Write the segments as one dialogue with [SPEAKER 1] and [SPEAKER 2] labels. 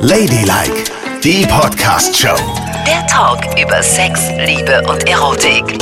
[SPEAKER 1] Ladylike, die Podcast-Show.
[SPEAKER 2] Der Talk über Sex, Liebe und Erotik.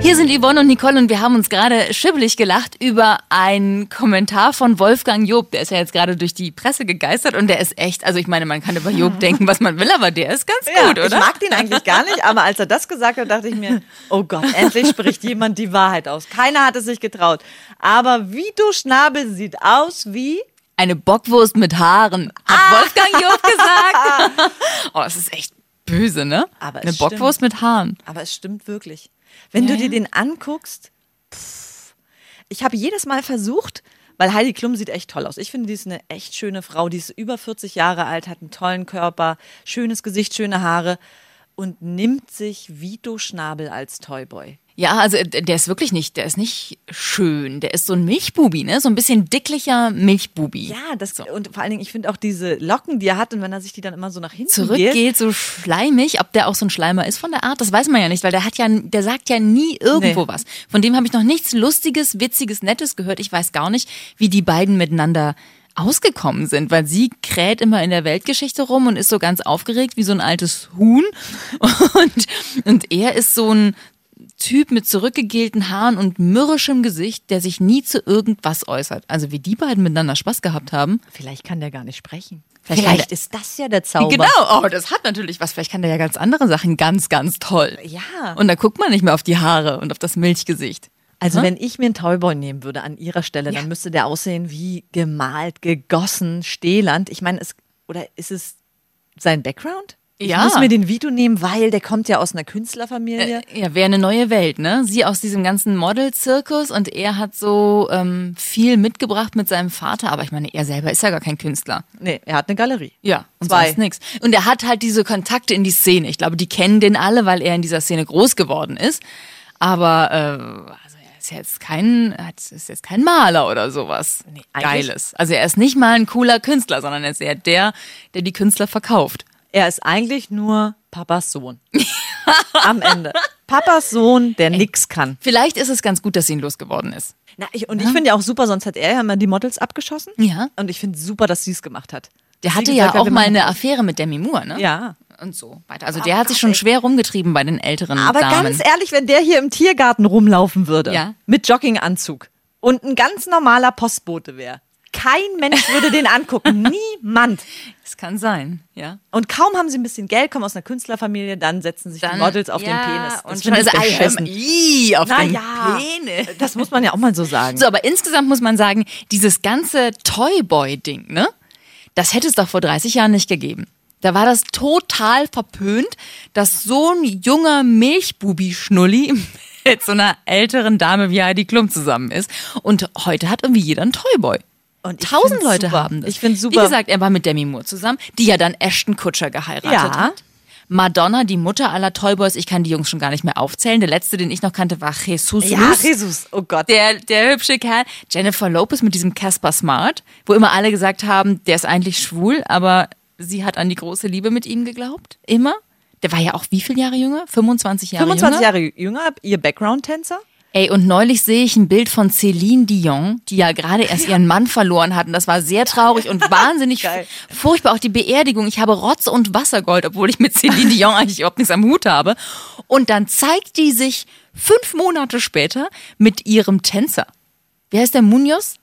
[SPEAKER 3] Hier sind Yvonne und Nicole und wir haben uns gerade schibbelig gelacht über einen Kommentar von Wolfgang Job. Der ist ja jetzt gerade durch die Presse gegeistert und der ist echt, also ich meine, man kann über Job denken, was man will, aber der ist ganz gut,
[SPEAKER 4] ich
[SPEAKER 3] oder?
[SPEAKER 4] mag den eigentlich gar nicht, aber als er das gesagt hat, dachte ich mir, oh Gott, endlich spricht jemand die Wahrheit aus. Keiner hat es sich getraut. Aber Vito Schnabel sieht aus wie
[SPEAKER 3] Eine Bockwurst mit Haaren, hat
[SPEAKER 4] Ah.
[SPEAKER 3] Wolfgang Job gesagt. oh, es ist echt böse, ne?
[SPEAKER 4] Aber es
[SPEAKER 3] Eine Bockwurst mit Haaren.
[SPEAKER 4] Aber es stimmt wirklich. Wenn du dir den anguckst, pff, ich habe jedes Mal versucht, weil Heidi Klum sieht echt toll aus. Ich finde, die ist eine echt schöne Frau. Die ist über 40 Jahre alt, hat einen tollen Körper, schönes Gesicht, schöne Haare und nimmt sich Vito Schnabel als Toyboy.
[SPEAKER 3] Ja, also äh, der ist wirklich nicht, der ist nicht schön. Der ist so ein Milchbubi, ne? So ein bisschen dicklicher Milchbubi.
[SPEAKER 4] Ja, das und vor allen Dingen, ich finde auch diese Locken, die er hat und wenn er sich die dann immer so nach hinten geht.
[SPEAKER 3] zurückgeht, so schleimig. Ob der auch so ein Schleimer ist von der Art, das weiß man ja nicht, weil der hat ja, der sagt ja nie irgendwo
[SPEAKER 4] Nee.
[SPEAKER 3] was. Von dem habe ich noch nichts Lustiges, Witziges, Nettes gehört. Ich weiß gar nicht, wie die beiden miteinander ausgekommen sind, weil sie kräht immer in der Weltgeschichte rum und ist so ganz aufgeregt wie so ein altes Huhn und, und er ist so ein Typ mit zurückgegelten Haaren und mürrischem Gesicht, der sich nie zu irgendwas äußert. Also wie die beiden miteinander Spaß gehabt haben.
[SPEAKER 4] Vielleicht kann der gar nicht sprechen.
[SPEAKER 3] Vielleicht
[SPEAKER 4] Vielleicht,
[SPEAKER 3] kann
[SPEAKER 4] ist das ja der Zauber.
[SPEAKER 3] Genau, oh, das hat natürlich was. Vielleicht kann der ja ganz andere Sachen ganz, ganz toll.
[SPEAKER 4] Ja.
[SPEAKER 3] Und da guckt man nicht mehr auf die Haare und auf das Milchgesicht.
[SPEAKER 4] Also
[SPEAKER 3] Hm?
[SPEAKER 4] wenn ich mir einen Toyboy nehmen würde an ihrer Stelle, dann müsste der aussehen wie gemalt, gegossen, stählernd. Ich meine, es oder ist es sein Background?
[SPEAKER 3] Ja.
[SPEAKER 4] Ich muss mir den Vito nehmen, weil der kommt ja aus einer Künstlerfamilie.
[SPEAKER 3] Äh, ja, wäre eine neue Welt, ne? Sie aus diesem ganzen Model-Zirkus und er hat so ähm, viel mitgebracht mit seinem Vater, aber ich meine, er selber ist ja gar kein Künstler.
[SPEAKER 4] nee, er hat eine Galerie.
[SPEAKER 3] Ja, und
[SPEAKER 4] Zwei.
[SPEAKER 3] sonst nix. Und er hat halt diese Kontakte in die Szene. Ich glaube, die kennen den alle, weil er in dieser Szene groß geworden ist. Aber äh, also er ist jetzt kein, hat- ist jetzt kein Maler oder sowas. Nee,
[SPEAKER 4] eigentlich-
[SPEAKER 3] Geiles. Also er ist nicht mal ein cooler Künstler, sondern er ist eher der, der die Künstler verkauft.
[SPEAKER 4] Er ist eigentlich nur Papas Sohn. Am Ende. Papas Sohn, der nix kann.
[SPEAKER 3] Vielleicht ist es ganz gut, dass sie ihn losgeworden ist.
[SPEAKER 4] Na, ich, und ich finde ja auch super, sonst hat er ja mal die Models abgeschossen.
[SPEAKER 3] Ja.
[SPEAKER 4] Und ich finde super, dass sie es gemacht hat.
[SPEAKER 3] Der
[SPEAKER 4] Sie
[SPEAKER 3] hatte
[SPEAKER 4] gesagt
[SPEAKER 3] ja
[SPEAKER 4] hat,
[SPEAKER 3] auch
[SPEAKER 4] wir
[SPEAKER 3] mal
[SPEAKER 4] machen-
[SPEAKER 3] eine Affäre mit Demi Moore, ne?
[SPEAKER 4] Ja. Oh,
[SPEAKER 3] Und so weiter. Also der hat sich schon schwer rumgetrieben bei den älteren
[SPEAKER 4] Aber
[SPEAKER 3] Damen.
[SPEAKER 4] ganz ehrlich, wenn der hier im Tiergarten rumlaufen würde,
[SPEAKER 3] Ja.
[SPEAKER 4] mit Jogginganzug und ein ganz normaler Postbote wäre, kein Mensch würde den angucken. Niemand.
[SPEAKER 3] das kann sein, ja.
[SPEAKER 4] Und kaum haben sie ein bisschen Geld, kommen aus einer Künstlerfamilie, dann setzen sich die Models auf
[SPEAKER 3] ja,
[SPEAKER 4] den Penis. Das
[SPEAKER 3] und schon
[SPEAKER 4] finde
[SPEAKER 3] ist
[SPEAKER 4] ich
[SPEAKER 3] er
[SPEAKER 4] beschissen.
[SPEAKER 3] Ih, auf
[SPEAKER 4] Na
[SPEAKER 3] den
[SPEAKER 4] ja.
[SPEAKER 3] Penis.
[SPEAKER 4] Das muss man ja auch mal so sagen.
[SPEAKER 3] So, aber insgesamt muss man sagen, dieses ganze Toyboy-Ding, ne? Das hätte es doch vor 30 Jahren nicht gegeben. Da war das total verpönt, dass so ein junger Milchbubi-Schnulli mit so einer älteren Dame wie Heidi Klum zusammen ist. Und heute hat irgendwie jeder einen Toyboy.
[SPEAKER 4] Und ich
[SPEAKER 3] Tausend
[SPEAKER 4] find's
[SPEAKER 3] Leute
[SPEAKER 4] super.
[SPEAKER 3] haben das.
[SPEAKER 4] Ich find's super.
[SPEAKER 3] Wie gesagt, er war mit Demi Moore zusammen, die ja dann Ashton Kutscher geheiratet
[SPEAKER 4] Ja.
[SPEAKER 3] hat. Madonna, die Mutter aller Toyboys, ich kann die Jungs schon gar nicht mehr aufzählen. Der letzte, den ich noch kannte, war Jesus
[SPEAKER 4] ja,
[SPEAKER 3] Luz
[SPEAKER 4] Jesus, oh Gott.
[SPEAKER 3] der, der hübsche Kerl, Jennifer Lopez mit diesem Casper Smart, wo immer alle gesagt haben, der ist eigentlich schwul, aber sie hat an die große Liebe mit ihm geglaubt. Immer. Der war ja auch wie viele Jahre jünger? 25 Jahre
[SPEAKER 4] 25
[SPEAKER 3] jünger.
[SPEAKER 4] Jahre jünger, ihr Background-Tänzer.
[SPEAKER 3] Ey, und neulich sehe ich ein Bild von Celine Dion, die ja gerade erst ihren Mann verloren hat. Und das war sehr traurig und wahnsinnig
[SPEAKER 4] Geil.
[SPEAKER 3] furchtbar. Auch die Beerdigung. Ich habe Rotz und Wassergold, obwohl ich mit Celine Dion eigentlich überhaupt nichts am Hut habe. Und dann zeigt die sich fünf Monate später mit ihrem Tänzer. Wie heißt der? Munoz?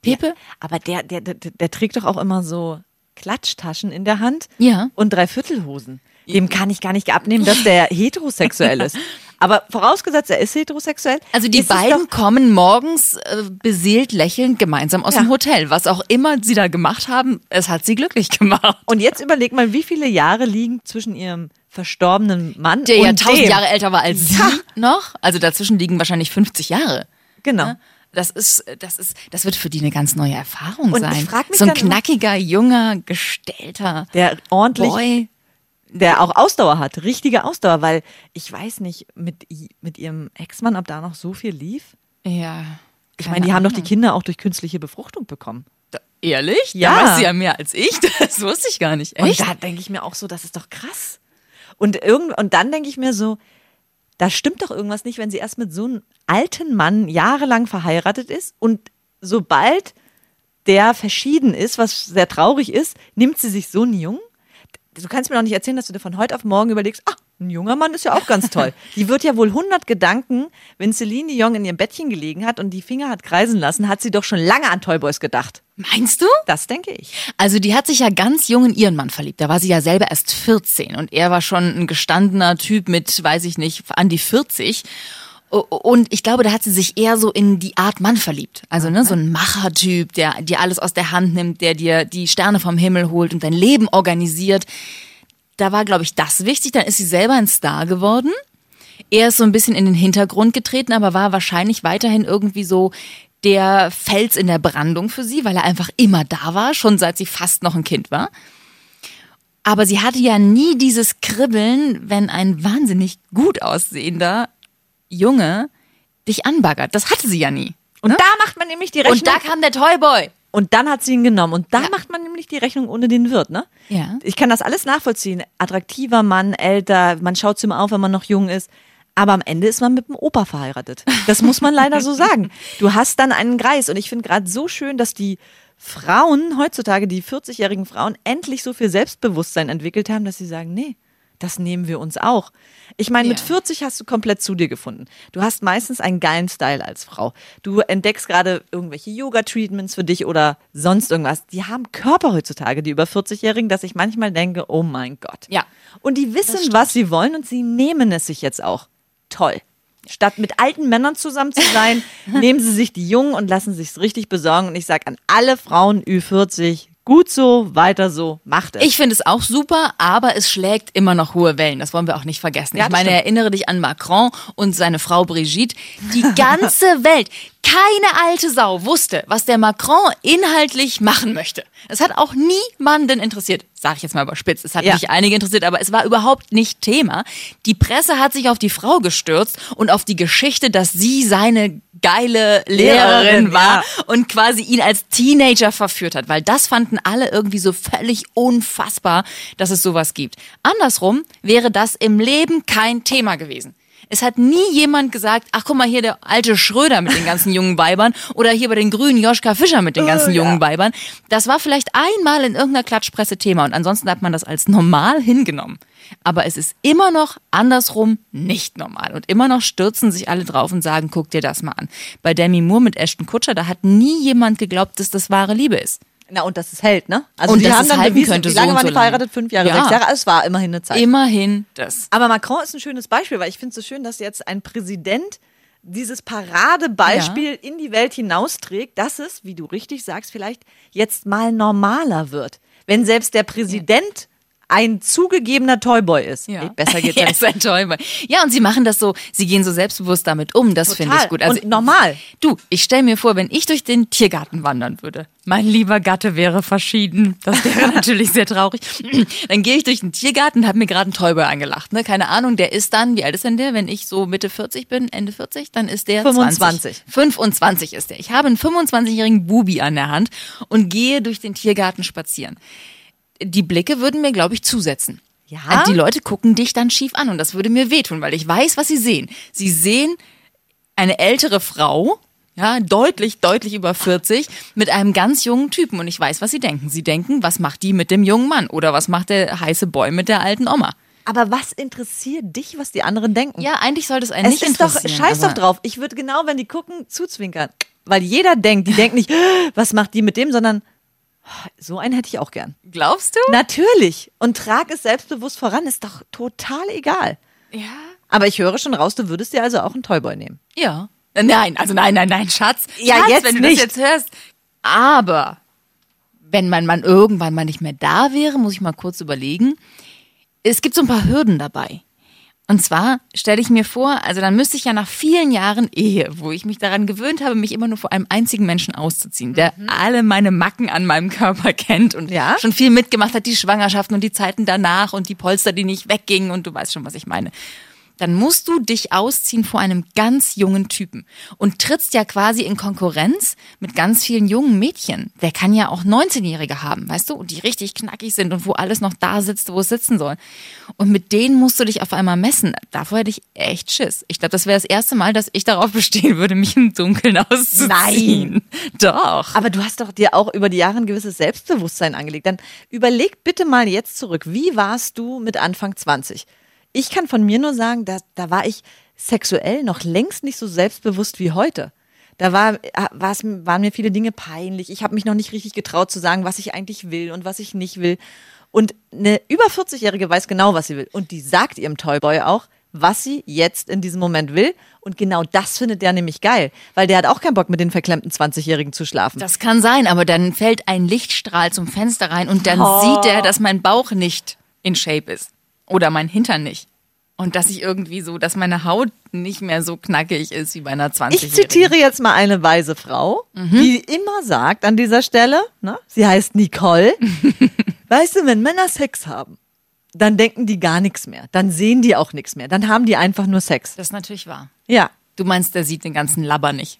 [SPEAKER 3] Pepe?
[SPEAKER 4] Aber der, der, der, der trägt doch auch immer so Klatschtaschen in der Hand
[SPEAKER 3] Ja.
[SPEAKER 4] und Dreiviertelhosen. Dem kann ich gar nicht abnehmen, dass der heterosexuell ist. Aber vorausgesetzt, er ist heterosexuell.
[SPEAKER 3] Also die
[SPEAKER 4] ist es
[SPEAKER 3] beiden
[SPEAKER 4] doch-
[SPEAKER 3] kommen morgens äh, beseelt lächelnd gemeinsam aus
[SPEAKER 4] Ja.
[SPEAKER 3] dem Hotel. Was auch immer sie da gemacht haben, es hat sie glücklich gemacht.
[SPEAKER 4] Und jetzt überleg mal, wie viele Jahre liegen zwischen ihrem verstorbenen Mann
[SPEAKER 3] der
[SPEAKER 4] und
[SPEAKER 3] ja tausend
[SPEAKER 4] dem.
[SPEAKER 3] Jahre älter war als sie noch. Also dazwischen liegen wahrscheinlich 50 Jahre.
[SPEAKER 4] Genau.
[SPEAKER 3] Das ist, das ist, das wird für die eine ganz neue Erfahrung
[SPEAKER 4] Und ich
[SPEAKER 3] sein.
[SPEAKER 4] frag mich
[SPEAKER 3] so ein
[SPEAKER 4] dann immer-
[SPEAKER 3] knackiger, junger, gestellter
[SPEAKER 4] Der ordentlich,
[SPEAKER 3] Boy.
[SPEAKER 4] der auch Ausdauer hat, richtige Ausdauer, weil ich weiß nicht mit, i- mit ihrem Ex-Mann, ob da noch so viel lief.
[SPEAKER 3] Ja.
[SPEAKER 4] Ich meine, die haben doch die Kinder auch durch künstliche Befruchtung bekommen.
[SPEAKER 3] Ehrlich?
[SPEAKER 4] Ja.
[SPEAKER 3] Da weiß sie ja mehr als ich. Das wusste ich gar nicht. Echt?
[SPEAKER 4] Und da denke ich mir auch so, das ist doch krass. Und, irgend, und dann denke ich mir so, da stimmt doch irgendwas nicht, wenn sie erst mit so einem alten Mann jahrelang verheiratet ist und sobald der verschieden ist, was sehr traurig ist, nimmt sie sich so einen Jungen? Du kannst mir doch nicht erzählen, dass du dir von heute auf morgen überlegst, ah, ein junger Mann ist ja auch ganz toll. Die wird ja wohl 100 Gedanken, wenn Celine Dion in ihrem Bettchen gelegen hat und die Finger hat kreisen lassen, hat sie doch schon lange an Toyboys gedacht.
[SPEAKER 3] Meinst du?
[SPEAKER 4] Das denke ich.
[SPEAKER 3] Also die hat sich ja ganz jung in ihren Mann verliebt. Da war sie ja selber erst 14 und er war schon ein gestandener Typ mit, weiß ich nicht, an die 40. O- Und ich glaube, da hat sie sich eher so in die Art Mann verliebt. Also ne, so ein Machertyp, der dir alles aus der Hand nimmt, der dir die Sterne vom Himmel holt und dein Leben organisiert. Da war, glaube ich, das wichtig. Dann ist sie selber ein Star geworden. Er ist so ein bisschen in den Hintergrund getreten, aber war wahrscheinlich weiterhin irgendwie so der Fels in der Brandung für sie, weil er einfach immer da war, schon seit sie fast noch ein Kind war. Aber sie hatte ja nie dieses Kribbeln, wenn ein wahnsinnig gut aussehender Junge dich anbaggert. Das hatte sie ja nie. ne?
[SPEAKER 4] Und da macht man nämlich die Rechnung.
[SPEAKER 3] Und da kam der Toyboy.
[SPEAKER 4] Und dann hat sie ihn genommen. Und da macht man nämlich die Rechnung ohne den Wirt, ne?
[SPEAKER 3] Ja.
[SPEAKER 4] Ich kann das alles nachvollziehen. Attraktiver Mann, älter, man schaut zu ihm auf, wenn man noch jung ist. Aber am Ende ist man mit dem Opa verheiratet. Das muss man leider so sagen. Du hast dann einen Greis. Und ich finde gerade so schön, dass die Frauen heutzutage, die 40-jährigen Frauen, endlich so viel Selbstbewusstsein entwickelt haben, dass sie sagen, nee, das nehmen wir uns auch. Ich meine, mit
[SPEAKER 3] Ja.
[SPEAKER 4] 40 hast du komplett zu dir gefunden. Du hast meistens einen geilen Style als Frau. Du entdeckst gerade irgendwelche Yoga-Treatments für dich oder sonst irgendwas. Die haben Körper heutzutage, die über 40-Jährigen, dass ich manchmal denke, oh mein Gott.
[SPEAKER 3] Ja.
[SPEAKER 4] Und die wissen, was sie wollen und sie nehmen es sich jetzt auch. Toll. Statt mit alten Männern zusammen zu sein, nehmen sie sich die Jungen und lassen sich's richtig besorgen. Und ich sage an alle Frauen Ü40, gut so, weiter so, macht es.
[SPEAKER 3] Ich finde es auch super, aber es schlägt immer noch hohe Wellen. Das wollen wir auch nicht vergessen.
[SPEAKER 4] Ja,
[SPEAKER 3] ich
[SPEAKER 4] das
[SPEAKER 3] meine,
[SPEAKER 4] stimmt.
[SPEAKER 3] erinnere dich an Macron und seine Frau Brigitte. Die ganze Welt, keine alte Sau wusste, was der Macron inhaltlich machen möchte. Es hat auch niemanden interessiert. Sag ich jetzt mal überspitzt. Es hat
[SPEAKER 4] Ja.
[SPEAKER 3] nicht einige interessiert, aber es war überhaupt nicht Thema. Die Presse hat sich auf die Frau gestürzt und auf die Geschichte, dass sie seine geile Lehrerin
[SPEAKER 4] Lehrerin,
[SPEAKER 3] war
[SPEAKER 4] ja.
[SPEAKER 3] und quasi ihn als Teenager verführt hat, weil das fanden alle irgendwie so völlig unfassbar, dass es sowas gibt. Andersrum wäre das im Leben kein Thema gewesen. Es hat nie jemand gesagt, ach guck mal hier der alte Schröder mit den ganzen jungen Weibern oder hier bei den Grünen Joschka Fischer mit
[SPEAKER 4] Oh,
[SPEAKER 3] den ganzen jungen Weibern. Das war vielleicht einmal in irgendeiner Klatschpresse Thema und ansonsten hat man das als normal hingenommen. Aber es ist immer noch andersrum nicht normal. Und immer noch stürzen sich alle drauf und sagen, guck dir das mal an. Bei Demi Moore mit Ashton Kutscher, da hat nie jemand geglaubt, dass das wahre Liebe ist.
[SPEAKER 4] Na, und dass es hält, ne? Also
[SPEAKER 3] Und
[SPEAKER 4] die
[SPEAKER 3] dass
[SPEAKER 4] haben
[SPEAKER 3] es
[SPEAKER 4] dann
[SPEAKER 3] halten
[SPEAKER 4] bewiesen,
[SPEAKER 3] könnte,
[SPEAKER 4] wie
[SPEAKER 3] so
[SPEAKER 4] lange
[SPEAKER 3] und
[SPEAKER 4] waren
[SPEAKER 3] so
[SPEAKER 4] die verheiratet?
[SPEAKER 3] lange.
[SPEAKER 4] Fünf Jahre,
[SPEAKER 3] Ja.
[SPEAKER 4] sechs Jahre? Es war immerhin eine Zeit.
[SPEAKER 3] Immerhin das.
[SPEAKER 4] Aber Macron ist ein schönes Beispiel, weil ich finde es so schön, dass jetzt ein Präsident dieses Paradebeispiel in die Welt hinausträgt, dass es, wie du richtig sagst, vielleicht jetzt mal normaler wird. Wenn selbst der Präsident ein zugegebener Toyboy ist. Ey, besser geht
[SPEAKER 3] ja,
[SPEAKER 4] das.
[SPEAKER 3] ist ein Träumer. Ja, und sie machen das so, sie gehen so selbstbewusst damit um, das
[SPEAKER 4] Total.
[SPEAKER 3] finde ich gut.
[SPEAKER 4] Und normal.
[SPEAKER 3] Du, ich stelle mir vor, wenn ich durch den Tiergarten wandern würde, mein lieber Gatte wäre verschieden. Das wäre natürlich sehr traurig. Dann gehe ich durch den Tiergarten und habe mir gerade einen Täuber angelacht. Ne? Keine Ahnung, der ist dann, wie alt ist denn der? Wenn ich so Mitte 40 bin, Ende 40, dann ist der
[SPEAKER 4] 25.
[SPEAKER 3] 20. 25 ist der. Ich habe einen 25-jährigen Bubi an der Hand und gehe durch den Tiergarten spazieren. Die Blicke würden mir, glaube ich, zusetzen. Äh,
[SPEAKER 4] Ja?
[SPEAKER 3] Die Leute gucken dich dann schief an und das würde mir wehtun, weil ich weiß, was sie sehen. Sie sehen eine ältere Frau, ja, deutlich, deutlich über 40, mit einem ganz jungen Typen und ich weiß, was sie denken. Sie denken, was macht die mit dem jungen Mann oder was macht der heiße Boy mit der alten Oma?
[SPEAKER 4] Aber was interessiert dich, was die anderen denken?
[SPEAKER 3] Ja, eigentlich sollte es einen
[SPEAKER 4] Es
[SPEAKER 3] nicht
[SPEAKER 4] ist doch,
[SPEAKER 3] interessieren,
[SPEAKER 4] scheiß doch
[SPEAKER 3] aber-
[SPEAKER 4] drauf. Ich würde genau, wenn die gucken, zuzwinkern. Weil jeder denkt, die denkt nicht, "Äh, was macht die mit dem, sondern "Äh, so einen hätte ich auch gern.
[SPEAKER 3] Glaubst du?
[SPEAKER 4] Natürlich. Und trag es selbstbewusst voran, ist doch total egal.
[SPEAKER 3] ja.
[SPEAKER 4] Aber ich höre schon raus, du würdest dir also auch einen Toyboy nehmen.
[SPEAKER 3] Ja. Nein, also nein, nein, nein, Schatz.
[SPEAKER 4] Ja,
[SPEAKER 3] Schatz,
[SPEAKER 4] jetzt
[SPEAKER 3] wenn du
[SPEAKER 4] nicht.
[SPEAKER 3] das jetzt hörst. Aber wenn mein Mann irgendwann mal nicht mehr da wäre, muss ich mal kurz überlegen. Es gibt so ein paar Hürden dabei. Und zwar stelle ich mir vor, also dann müsste ich ja nach vielen Jahren Ehe, wo ich mich daran gewöhnt habe, mich immer nur vor einem einzigen Menschen auszuziehen, der alle meine Macken an meinem Körper kennt und
[SPEAKER 4] Mhm. Ja.
[SPEAKER 3] schon viel mitgemacht hat, die Schwangerschaften und die Zeiten danach und die Polster, die nicht weggingen und du weißt schon, was ich meine. dann musst du dich ausziehen vor einem ganz jungen Typen und trittst ja quasi in Konkurrenz mit ganz vielen jungen Mädchen. Der kann ja auch 19-Jährige haben, weißt du, und die richtig knackig sind und wo alles noch da sitzt, wo es sitzen soll. Und mit denen musst du dich auf einmal messen. Davor hätte ich echt Schiss. Ich glaube, das wäre das erste Mal, dass ich darauf bestehen würde, mich im Dunkeln auszuziehen. Nein. Doch.
[SPEAKER 4] Aber du hast doch dir auch über die Jahre ein gewisses Selbstbewusstsein angelegt. Dann überleg bitte mal jetzt zurück, wie warst du mit Anfang 20? Ich kann von mir nur sagen, da, da war ich sexuell noch längst nicht so selbstbewusst wie heute. Da war, äh, war's, waren mir viele Dinge peinlich. Ich habe mich noch nicht richtig getraut zu sagen, was ich eigentlich will und was ich nicht will. Und eine über 40-Jährige weiß genau, was sie will. Und die sagt ihrem Toyboy auch, was sie jetzt in diesem Moment will. Und genau das findet der nämlich geil, weil der hat auch keinen Bock, mit den verklemmten 20-Jährigen zu schlafen.
[SPEAKER 3] Das kann sein, aber dann fällt ein Lichtstrahl zum Fenster rein und dann sieht
[SPEAKER 4] Oh.
[SPEAKER 3] er, dass mein Bauch nicht in Shape ist. Oder mein Hintern nicht. Und dass ich irgendwie so, dass meine Haut nicht mehr so knackig ist wie bei einer 20-Jährigen.
[SPEAKER 4] Ich zitiere jetzt mal eine weise Frau,
[SPEAKER 3] Mhm.
[SPEAKER 4] die immer sagt an dieser Stelle, ne? sie heißt Nicole, weißt du, wenn Männer Sex haben, dann denken die gar nichts mehr, dann sehen die auch nichts mehr, dann haben die einfach nur Sex.
[SPEAKER 3] Das ist natürlich wahr.
[SPEAKER 4] Ja,
[SPEAKER 3] Du meinst, der sieht den ganzen Labber nicht.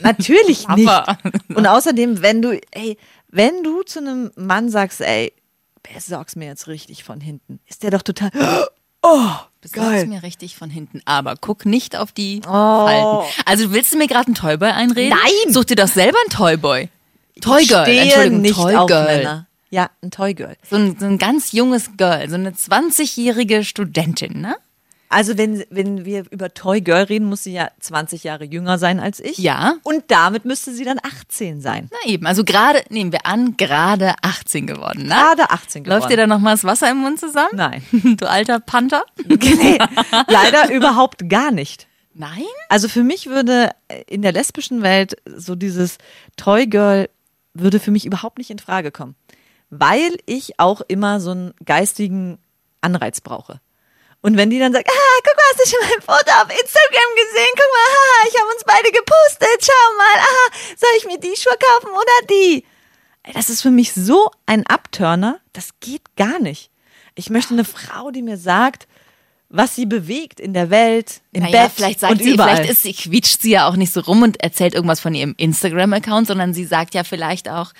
[SPEAKER 4] natürlich nicht.
[SPEAKER 3] Aber-
[SPEAKER 4] Und außerdem, wenn du, ey, wenn du zu einem Mann sagst, ey, besorg's mir jetzt richtig von hinten, ist der doch total,
[SPEAKER 3] Das
[SPEAKER 4] Geil. Oh.
[SPEAKER 3] ist mir richtig von hinten. Aber guck nicht auf die Falten. Also willst du mir gerade einen Toyboy einreden?
[SPEAKER 4] Nein!
[SPEAKER 3] Such dir doch selber einen Toyboy. Toygirl,
[SPEAKER 4] stehe
[SPEAKER 3] Entschuldigung,
[SPEAKER 4] nicht auf
[SPEAKER 3] Toygirl.
[SPEAKER 4] Männer. Ja, ein Toygirl.
[SPEAKER 3] So ein, so ein ganz junges Girl, so eine 20-jährige Studentin, ne?
[SPEAKER 4] Also wenn, wenn wir über Toy Girl reden, muss sie ja 20 Jahre jünger sein als ich.
[SPEAKER 3] Ja.
[SPEAKER 4] Und damit müsste sie dann 18 sein.
[SPEAKER 3] Na eben, also gerade, nehmen wir an, gerade 18 geworden, ne?
[SPEAKER 4] Gerade 18 geworden.
[SPEAKER 3] Läuft dir da noch mal das Wasser im Mund zusammen?
[SPEAKER 4] Nein.
[SPEAKER 3] Du alter Panther?
[SPEAKER 4] nee, leider überhaupt gar nicht.
[SPEAKER 3] Nein?
[SPEAKER 4] Also für mich würde äh, in der lesbischen Welt so dieses Toy Girl würde für mich überhaupt nicht in Frage kommen, weil ich auch immer so einen geistigen Anreiz brauche. Und wenn die dann sagt, ah, guck mal, hast du schon mein Foto auf Instagram gesehen? Guck mal, haha, ich habe uns beide gepostet. Schau mal, aha, soll ich mir die Schuhe kaufen oder die? Ey, Das ist für mich so ein Abturner, das geht gar nicht. Ich möchte eine Frau, die mir sagt, was sie bewegt in der Welt, im
[SPEAKER 3] Naja,
[SPEAKER 4] Bett
[SPEAKER 3] vielleicht sagt
[SPEAKER 4] und
[SPEAKER 3] sie,
[SPEAKER 4] überall.
[SPEAKER 3] vielleicht ist sie, quietscht sie ja auch nicht so rum und erzählt irgendwas von ihrem Instagram-Account, sondern sie sagt ja vielleicht auch,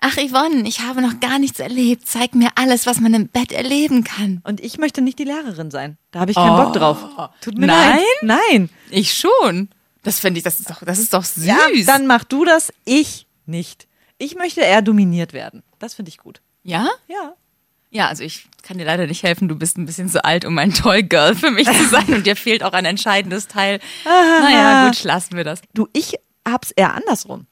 [SPEAKER 3] ach Yvonne, ich habe noch gar nichts erlebt, zeig mir alles, was man im Bett erleben kann.
[SPEAKER 4] Und ich möchte nicht die Lehrerin sein. Da habe ich keinen Bock drauf. Tut mir
[SPEAKER 3] Oh. Nein?
[SPEAKER 4] leid. Nein.
[SPEAKER 3] Ich schon. Das finde ich, das ist doch, das ist doch süß.
[SPEAKER 4] Ja, dann mach du das, ich nicht. Ich möchte eher dominiert werden. Das finde ich gut.
[SPEAKER 3] ja?
[SPEAKER 4] Ja.
[SPEAKER 3] Ja, also ich kann dir leider nicht helfen, du bist ein bisschen zu alt, um ein Toy Girl für mich zu sein und dir fehlt auch ein entscheidendes Teil. Ah. naja, gut, lassen wir das.
[SPEAKER 4] Du, ich hab's eher andersrum.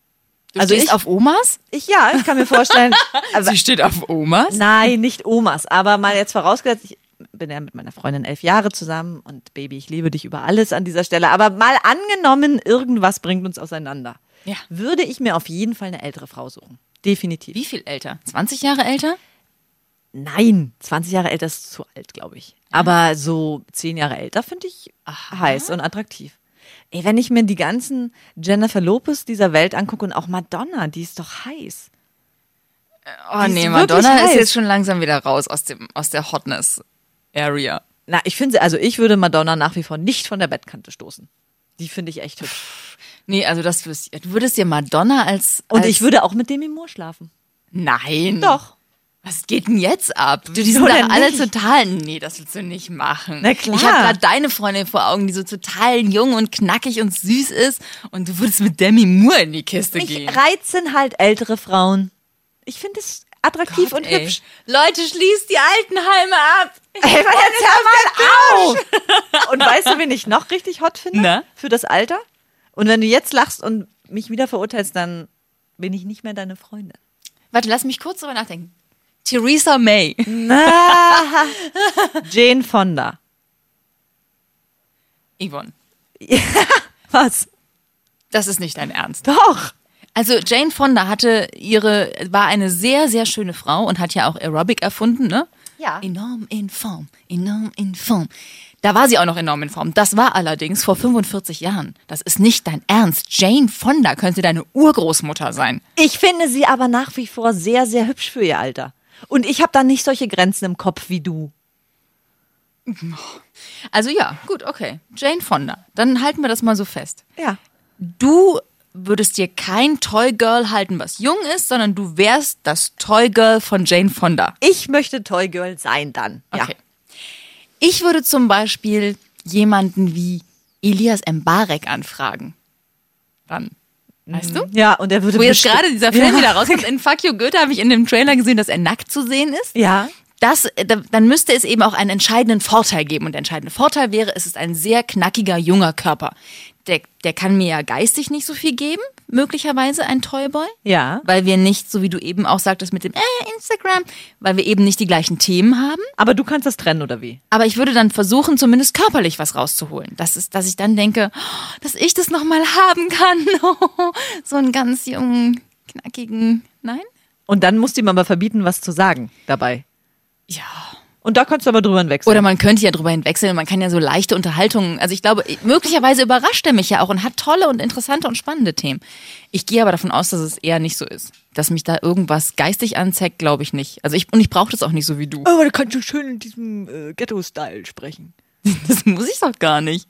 [SPEAKER 3] Du
[SPEAKER 4] Also
[SPEAKER 3] stehst
[SPEAKER 4] ich-
[SPEAKER 3] auf Omas?
[SPEAKER 4] Ich ja, ich kann mir vorstellen. aber,
[SPEAKER 3] Sie steht auf Omas?
[SPEAKER 4] nein, nicht Omas, aber mal jetzt vorausgesetzt, ich bin ja mit meiner Freundin elf Jahre zusammen und Baby, ich liebe dich über alles an dieser Stelle. Aber mal angenommen, irgendwas bringt uns auseinander.
[SPEAKER 3] Ja.
[SPEAKER 4] Würde ich mir auf jeden Fall eine ältere Frau suchen. Definitiv.
[SPEAKER 3] Wie viel älter? 20 Jahre älter?
[SPEAKER 4] Nein, 20 Jahre älter ist zu alt, glaube ich.
[SPEAKER 3] Ah.
[SPEAKER 4] Aber so 10 Jahre älter finde ich heiß und attraktiv. Ey, wenn ich mir die ganzen Jennifer Lopez dieser Welt angucke und auch Madonna, die ist doch heiß.
[SPEAKER 3] Oh
[SPEAKER 4] Die ist
[SPEAKER 3] nee,
[SPEAKER 4] wirklich
[SPEAKER 3] Madonna ist
[SPEAKER 4] heiß.
[SPEAKER 3] jetzt schon langsam wieder raus aus, dem, aus der Hotness-Area.
[SPEAKER 4] Na, ich finde, sie- also ich würde Madonna nach wie vor nicht von der Bettkante stoßen. Die finde ich echt hübsch.
[SPEAKER 3] Nee, also das wüsste ich. Du würdest dir Madonna als.
[SPEAKER 4] Und
[SPEAKER 3] als, Hm.
[SPEAKER 4] ich würde auch mit dem Moor schlafen.
[SPEAKER 3] Nein.
[SPEAKER 4] Doch.
[SPEAKER 3] Was geht denn jetzt ab? Du, die
[SPEAKER 4] Wieso
[SPEAKER 3] sind
[SPEAKER 4] denn
[SPEAKER 3] doch alle
[SPEAKER 4] nicht?
[SPEAKER 3] total. Nee, das willst du nicht machen.
[SPEAKER 4] Na klar.
[SPEAKER 3] Ich habe gerade deine Freundin vor Augen, die so total jung und knackig und süß ist. Und du würdest mit Demi Moore in die Kiste
[SPEAKER 4] Mich
[SPEAKER 3] gehen.
[SPEAKER 4] reizen halt ältere Frauen. Ich finde es attraktiv
[SPEAKER 3] Gott,
[SPEAKER 4] und
[SPEAKER 3] ey.
[SPEAKER 4] hübsch.
[SPEAKER 3] Leute, schließt die Altenheime ab.
[SPEAKER 4] Ey, Oh, jetzt hör mal auf! Und weißt du, wen ich noch richtig hot finde?
[SPEAKER 3] Na?
[SPEAKER 4] Für das Alter? Und wenn du jetzt lachst und mich wieder verurteilst, dann bin ich nicht mehr deine Freundin.
[SPEAKER 3] Warte, lass mich kurz drüber nachdenken. Theresa May.
[SPEAKER 4] Mhm. Na, Jane Fonda.
[SPEAKER 3] Yvonne,
[SPEAKER 4] Was?
[SPEAKER 3] das ist nicht dein Ernst.
[SPEAKER 4] Doch!
[SPEAKER 3] Also Jane Fonda hatte ihre, war eine sehr, sehr schöne Frau und hat ja auch Aerobic erfunden, ne?
[SPEAKER 4] Ja.
[SPEAKER 3] Enorm in Form, enorm in Form. Da war sie auch noch enorm in Form. Das war allerdings vor 45 Jahren. Das ist nicht dein Ernst. Jane Fonda könnte deine Urgroßmutter sein.
[SPEAKER 4] Ich finde sie aber nach wie vor sehr, sehr hübsch für ihr Alter. Und ich habe da nicht solche Grenzen im Kopf wie du.
[SPEAKER 3] Also ja, gut, okay. Jane Fonda. Dann halten wir das mal so fest.
[SPEAKER 4] Ja.
[SPEAKER 3] Du würdest dir kein Toy Girl halten, was jung ist, sondern du wärst das Toy Girl von Jane Fonda.
[SPEAKER 4] Ich möchte Toy Girl sein dann. Ja.
[SPEAKER 3] Okay. Ich würde zum Beispiel jemanden wie Elias Mbarek anfragen. Dann. Weißt du?
[SPEAKER 4] Ja, und er würde
[SPEAKER 3] Wo jetzt
[SPEAKER 4] Mhm. bestimmt-
[SPEAKER 3] gerade dieser Film
[SPEAKER 4] ja.
[SPEAKER 3] wieder rauskommt, in Fuck You Goethe habe ich in dem Trailer gesehen, dass er nackt zu sehen ist.
[SPEAKER 4] Ja.
[SPEAKER 3] Das, äh, da- dann müsste es eben auch einen entscheidenden Vorteil geben. Und der entscheidende Vorteil wäre, es ist ein sehr knackiger, junger Körper. Der, der kann mir ja geistig nicht so viel geben, möglicherweise ein Toyboy.
[SPEAKER 4] Ja.
[SPEAKER 3] Weil wir nicht, so wie du eben auch sagtest mit dem äh, Instagram, weil wir eben nicht die gleichen Themen haben.
[SPEAKER 4] Aber du kannst das trennen, oder wie?
[SPEAKER 3] Aber ich würde dann versuchen, zumindest körperlich was rauszuholen. Das ist, dass ich dann denke, oh, dass ich das nochmal haben kann. so einen ganz jungen, knackigen. Nein?
[SPEAKER 4] Und dann musst du ihm aber verbieten, was zu sagen dabei.
[SPEAKER 3] Ja.
[SPEAKER 4] Und da kannst du aber drüber hinwechseln.
[SPEAKER 3] Oder man könnte ja drüber hinwechseln, man kann ja so leichte Unterhaltungen. Also ich glaube, möglicherweise überrascht er mich ja auch und hat tolle und interessante und spannende Themen. Ich gehe aber davon aus, dass es eher nicht so ist. Dass mich da irgendwas geistig anzeigt, glaube ich nicht. Also ich, und ich brauche das auch nicht so wie du.
[SPEAKER 4] aber du kannst Oh, so schön in diesem äh, Ghetto-Style sprechen.
[SPEAKER 3] Das muss ich doch gar nicht.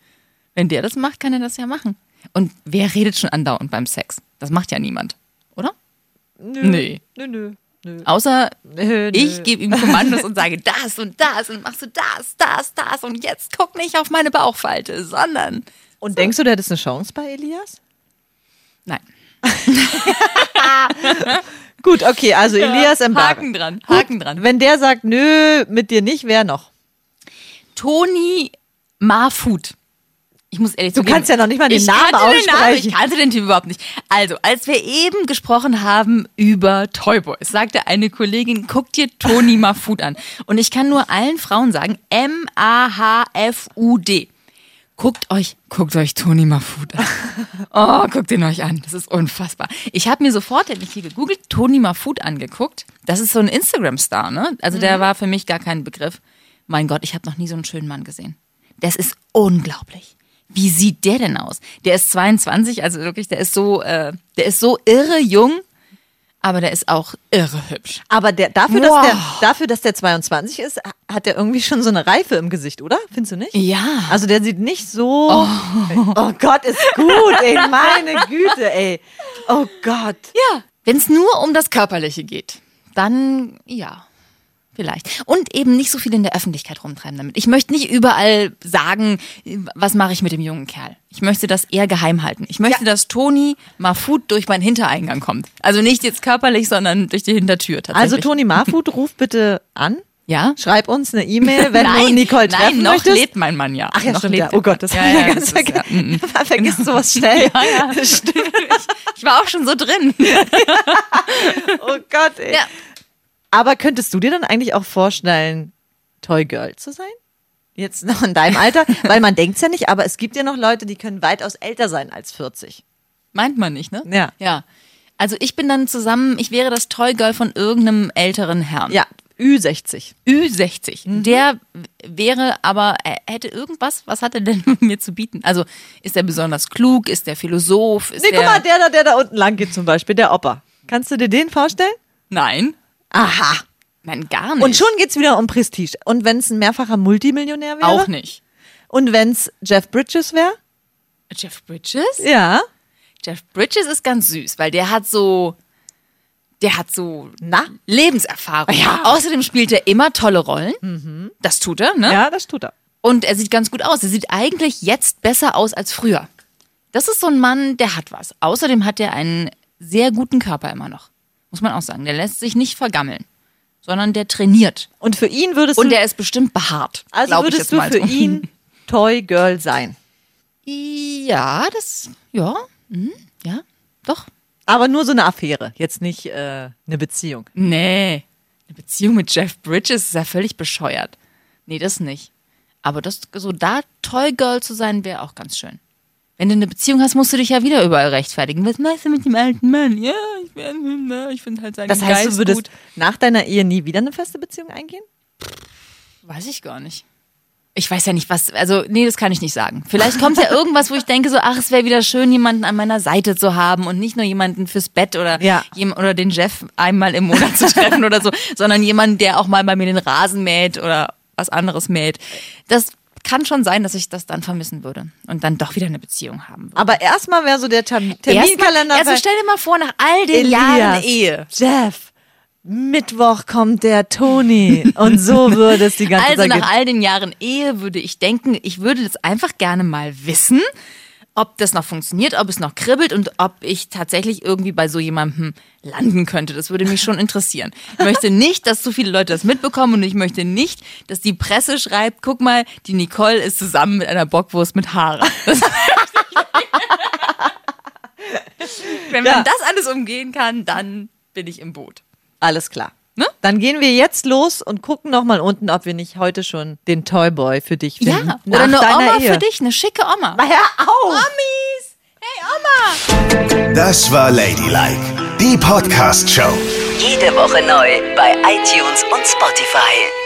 [SPEAKER 3] Wenn der das macht, kann er das ja machen. Und wer redet schon andauernd beim Sex? Das macht ja niemand, oder?
[SPEAKER 4] Nö.
[SPEAKER 3] Nee.
[SPEAKER 4] Nö, nö. Nö.
[SPEAKER 3] Außer
[SPEAKER 4] Nö, nö.
[SPEAKER 3] ich gebe ihm Kommandos und sage das und das und machst du das, das, das und jetzt guck nicht auf meine Bauchfalte, sondern
[SPEAKER 4] Und denkst du, der hättest eine Chance bei Elias?
[SPEAKER 3] nein.
[SPEAKER 4] Gut, okay, also Elias im
[SPEAKER 3] Haken dran, Haken dran.
[SPEAKER 4] Wenn der sagt, nö, mit dir nicht, wer noch?
[SPEAKER 3] Toni Marfut. Ich muss ehrlich
[SPEAKER 4] Du
[SPEAKER 3] zugeben,
[SPEAKER 4] kannst ja noch nicht mal den
[SPEAKER 3] ich
[SPEAKER 4] Namen
[SPEAKER 3] kannte den Namen,
[SPEAKER 4] aussprechen.
[SPEAKER 3] Ich kannte den Typ überhaupt nicht. Also, als wir eben gesprochen haben über Toyboys, sagte eine Kollegin, guck dir Toni Mahfud an. Und ich kann nur allen Frauen sagen, M-A-H-F-U-D. Guckt euch, guckt euch Toni Mahfud an. Oh, guckt ihn euch an. Das ist unfassbar. Ich habe mir sofort, hätte ich hier gegoogelt, Toni Mahfud angeguckt. Das ist so ein Instagram-Star, ne? Also der war für mich gar kein Begriff. Mein Gott, ich habe noch nie so einen schönen Mann gesehen. Das ist unglaublich. Wie sieht der denn aus? Der ist 22, also wirklich, der ist so, äh, der ist so irre jung, aber der ist auch irre hübsch.
[SPEAKER 4] Aber der, dafür,
[SPEAKER 3] Wow.
[SPEAKER 4] dass der, dafür, dass der 22 ist, ha- hat er irgendwie schon so eine Reife im Gesicht, oder? Findest du nicht?
[SPEAKER 3] Ja.
[SPEAKER 4] Also der sieht nicht so. Oh, Gott, ist gut, ey, meine Güte, ey. Oh Gott.
[SPEAKER 3] Ja. Wenn es nur um das Körperliche geht, dann ja. Vielleicht. Und eben nicht so viel in der Öffentlichkeit rumtreiben damit. Ich möchte nicht überall sagen, was mache ich mit dem jungen Kerl. Ich möchte das eher geheim halten. Ich möchte, dass Toni Mafut durch meinen Hintereingang kommt. Also nicht jetzt körperlich, sondern durch die Hintertür tatsächlich.
[SPEAKER 4] Also Toni Marfut, ruf bitte an.
[SPEAKER 3] ja?
[SPEAKER 4] Schreib uns eine E-Mail, wenn
[SPEAKER 3] nein,
[SPEAKER 4] du Nicole treffen
[SPEAKER 3] Nein, noch
[SPEAKER 4] möchtest.
[SPEAKER 3] lebt mein Mann ja.
[SPEAKER 4] Ach ja,
[SPEAKER 3] noch
[SPEAKER 4] stimmt, ja.
[SPEAKER 3] lebt
[SPEAKER 4] Oh
[SPEAKER 3] er.
[SPEAKER 4] Got, das
[SPEAKER 3] ja,
[SPEAKER 4] hab ich ja
[SPEAKER 3] ja,
[SPEAKER 4] ganz
[SPEAKER 3] das ist-
[SPEAKER 4] vergessen.
[SPEAKER 3] ja, mm, mm.
[SPEAKER 4] Man vergisst sowas schnell. Das stimmt.
[SPEAKER 3] Ich war auch schon so drin.
[SPEAKER 4] Oh Gott, ey.
[SPEAKER 3] Ja.
[SPEAKER 4] Aber könntest du dir dann eigentlich auch vorstellen, Toy Girl zu sein? Jetzt noch in deinem Alter? Weil man denkt's ja nicht, aber es gibt ja noch Leute, die können weitaus älter sein als 40.
[SPEAKER 3] Meint man nicht, ne?
[SPEAKER 4] Ja.
[SPEAKER 3] Ja. Also ich bin dann zusammen, ich wäre das Toygirl von irgendeinem älteren Herrn.
[SPEAKER 4] Ja, Ü60.
[SPEAKER 3] Ü60.
[SPEAKER 4] Mhm.
[SPEAKER 3] Der wäre aber, er hätte irgendwas, was hat er denn mir zu bieten? Also ist er besonders klug? Ist der Philosoph? Ist
[SPEAKER 4] Nee,
[SPEAKER 3] der,
[SPEAKER 4] guck mal, der da, der da unten lang geht zum Beispiel, der Opa. Kannst du dir den vorstellen?
[SPEAKER 3] Nein.
[SPEAKER 4] Aha.
[SPEAKER 3] Nein, gar nicht.
[SPEAKER 4] Und schon geht's wieder um Prestige. Und wenn's ein mehrfacher Multimillionär wäre?
[SPEAKER 3] Auch nicht.
[SPEAKER 4] Und wenn's Jeff Bridges wäre?
[SPEAKER 3] Jeff Bridges?
[SPEAKER 4] Ja.
[SPEAKER 3] Jeff Bridges ist ganz süß, weil der hat so, der hat so
[SPEAKER 4] Na?
[SPEAKER 3] Lebenserfahrung. Ja. Außerdem spielt er immer tolle Rollen.
[SPEAKER 4] Mhm.
[SPEAKER 3] Das tut er, ne?
[SPEAKER 4] Ja, das tut er.
[SPEAKER 3] Und er sieht ganz gut aus. Er sieht eigentlich jetzt besser aus als früher. Das ist so ein Mann, der hat was. Außerdem hat er einen sehr guten Körper immer noch. Muss man auch sagen. Der lässt sich nicht vergammeln, sondern der trainiert.
[SPEAKER 4] Und für ihn würdest
[SPEAKER 3] Und
[SPEAKER 4] du,
[SPEAKER 3] der ist bestimmt behaart.
[SPEAKER 4] also
[SPEAKER 3] glaub ich
[SPEAKER 4] würdest
[SPEAKER 3] jetzt
[SPEAKER 4] du
[SPEAKER 3] mal
[SPEAKER 4] für
[SPEAKER 3] so.
[SPEAKER 4] ihn Toy Girl sein.
[SPEAKER 3] Ja, das. Ja. mhm, Ja. Doch.
[SPEAKER 4] Aber nur so eine Affäre, jetzt nicht äh, eine Beziehung.
[SPEAKER 3] Nee. Eine Beziehung mit Jeff Bridges ist ja völlig bescheuert. Nee, das nicht. Aber das, so da Toy Girl zu sein, wäre auch ganz schön. Wenn du eine Beziehung hast, musst du dich ja wieder überall rechtfertigen. Was machst du mit dem alten Mann? Ja, ich, bin- na, ich finde halt seinen
[SPEAKER 4] Das heißt,
[SPEAKER 3] Geist
[SPEAKER 4] du würdest
[SPEAKER 3] gut.
[SPEAKER 4] nach deiner Ehe nie wieder eine feste Beziehung eingehen?
[SPEAKER 3] Weiß ich gar nicht. Ich weiß ja nicht, was, also, nee, das kann ich nicht sagen. Vielleicht kommt ja irgendwas, wo ich denke so, ach, es wäre wieder schön, jemanden an meiner Seite zu haben und nicht nur jemanden fürs Bett oder,
[SPEAKER 4] Ja.
[SPEAKER 3] jem, oder den Jeff einmal im Monat zu treffen oder so, sondern jemanden, der auch mal bei mir den Rasen mäht oder was anderes mäht. Das kann schon sein, dass ich das dann vermissen würde und dann doch wieder eine Beziehung haben würde.
[SPEAKER 4] Aber erstmal wäre so der Term Terminkalender.
[SPEAKER 3] Erstmal- Also
[SPEAKER 4] bei-
[SPEAKER 3] stell dir mal vor, nach all den Jahren Ehe.
[SPEAKER 4] Jeff, Mittwoch kommt der Toni. Und so würde es die ganze
[SPEAKER 3] Also
[SPEAKER 4] Zeit gehen.
[SPEAKER 3] nach all den Jahren Ehe würde ich denken, ich würde das einfach gerne mal wissen, ob das noch funktioniert, ob es noch kribbelt und ob ich tatsächlich irgendwie bei so jemandem landen könnte. Das würde mich schon interessieren. Ich möchte nicht, dass so viele Leute das mitbekommen und ich möchte nicht, dass die Presse schreibt, guck mal, die Nicole ist zusammen mit einer Bockwurst mit Haare. Das Wenn man
[SPEAKER 4] Ja.
[SPEAKER 3] das alles umgehen kann, dann bin ich im Boot.
[SPEAKER 4] Alles klar.
[SPEAKER 3] Ne?
[SPEAKER 4] Dann gehen wir jetzt los und gucken nochmal unten, ob wir nicht heute schon den Toyboy für dich finden.
[SPEAKER 3] Ja,
[SPEAKER 4] Nach
[SPEAKER 3] oder eine
[SPEAKER 4] deiner
[SPEAKER 3] Oma
[SPEAKER 4] Ehe.
[SPEAKER 3] für dich, eine schicke Oma.
[SPEAKER 4] Na, Hör auf!
[SPEAKER 3] Amis! Hey Oma!
[SPEAKER 1] Das war Ladylike, die Podcast-Show.
[SPEAKER 2] Jede Woche neu bei iTunes und Spotify.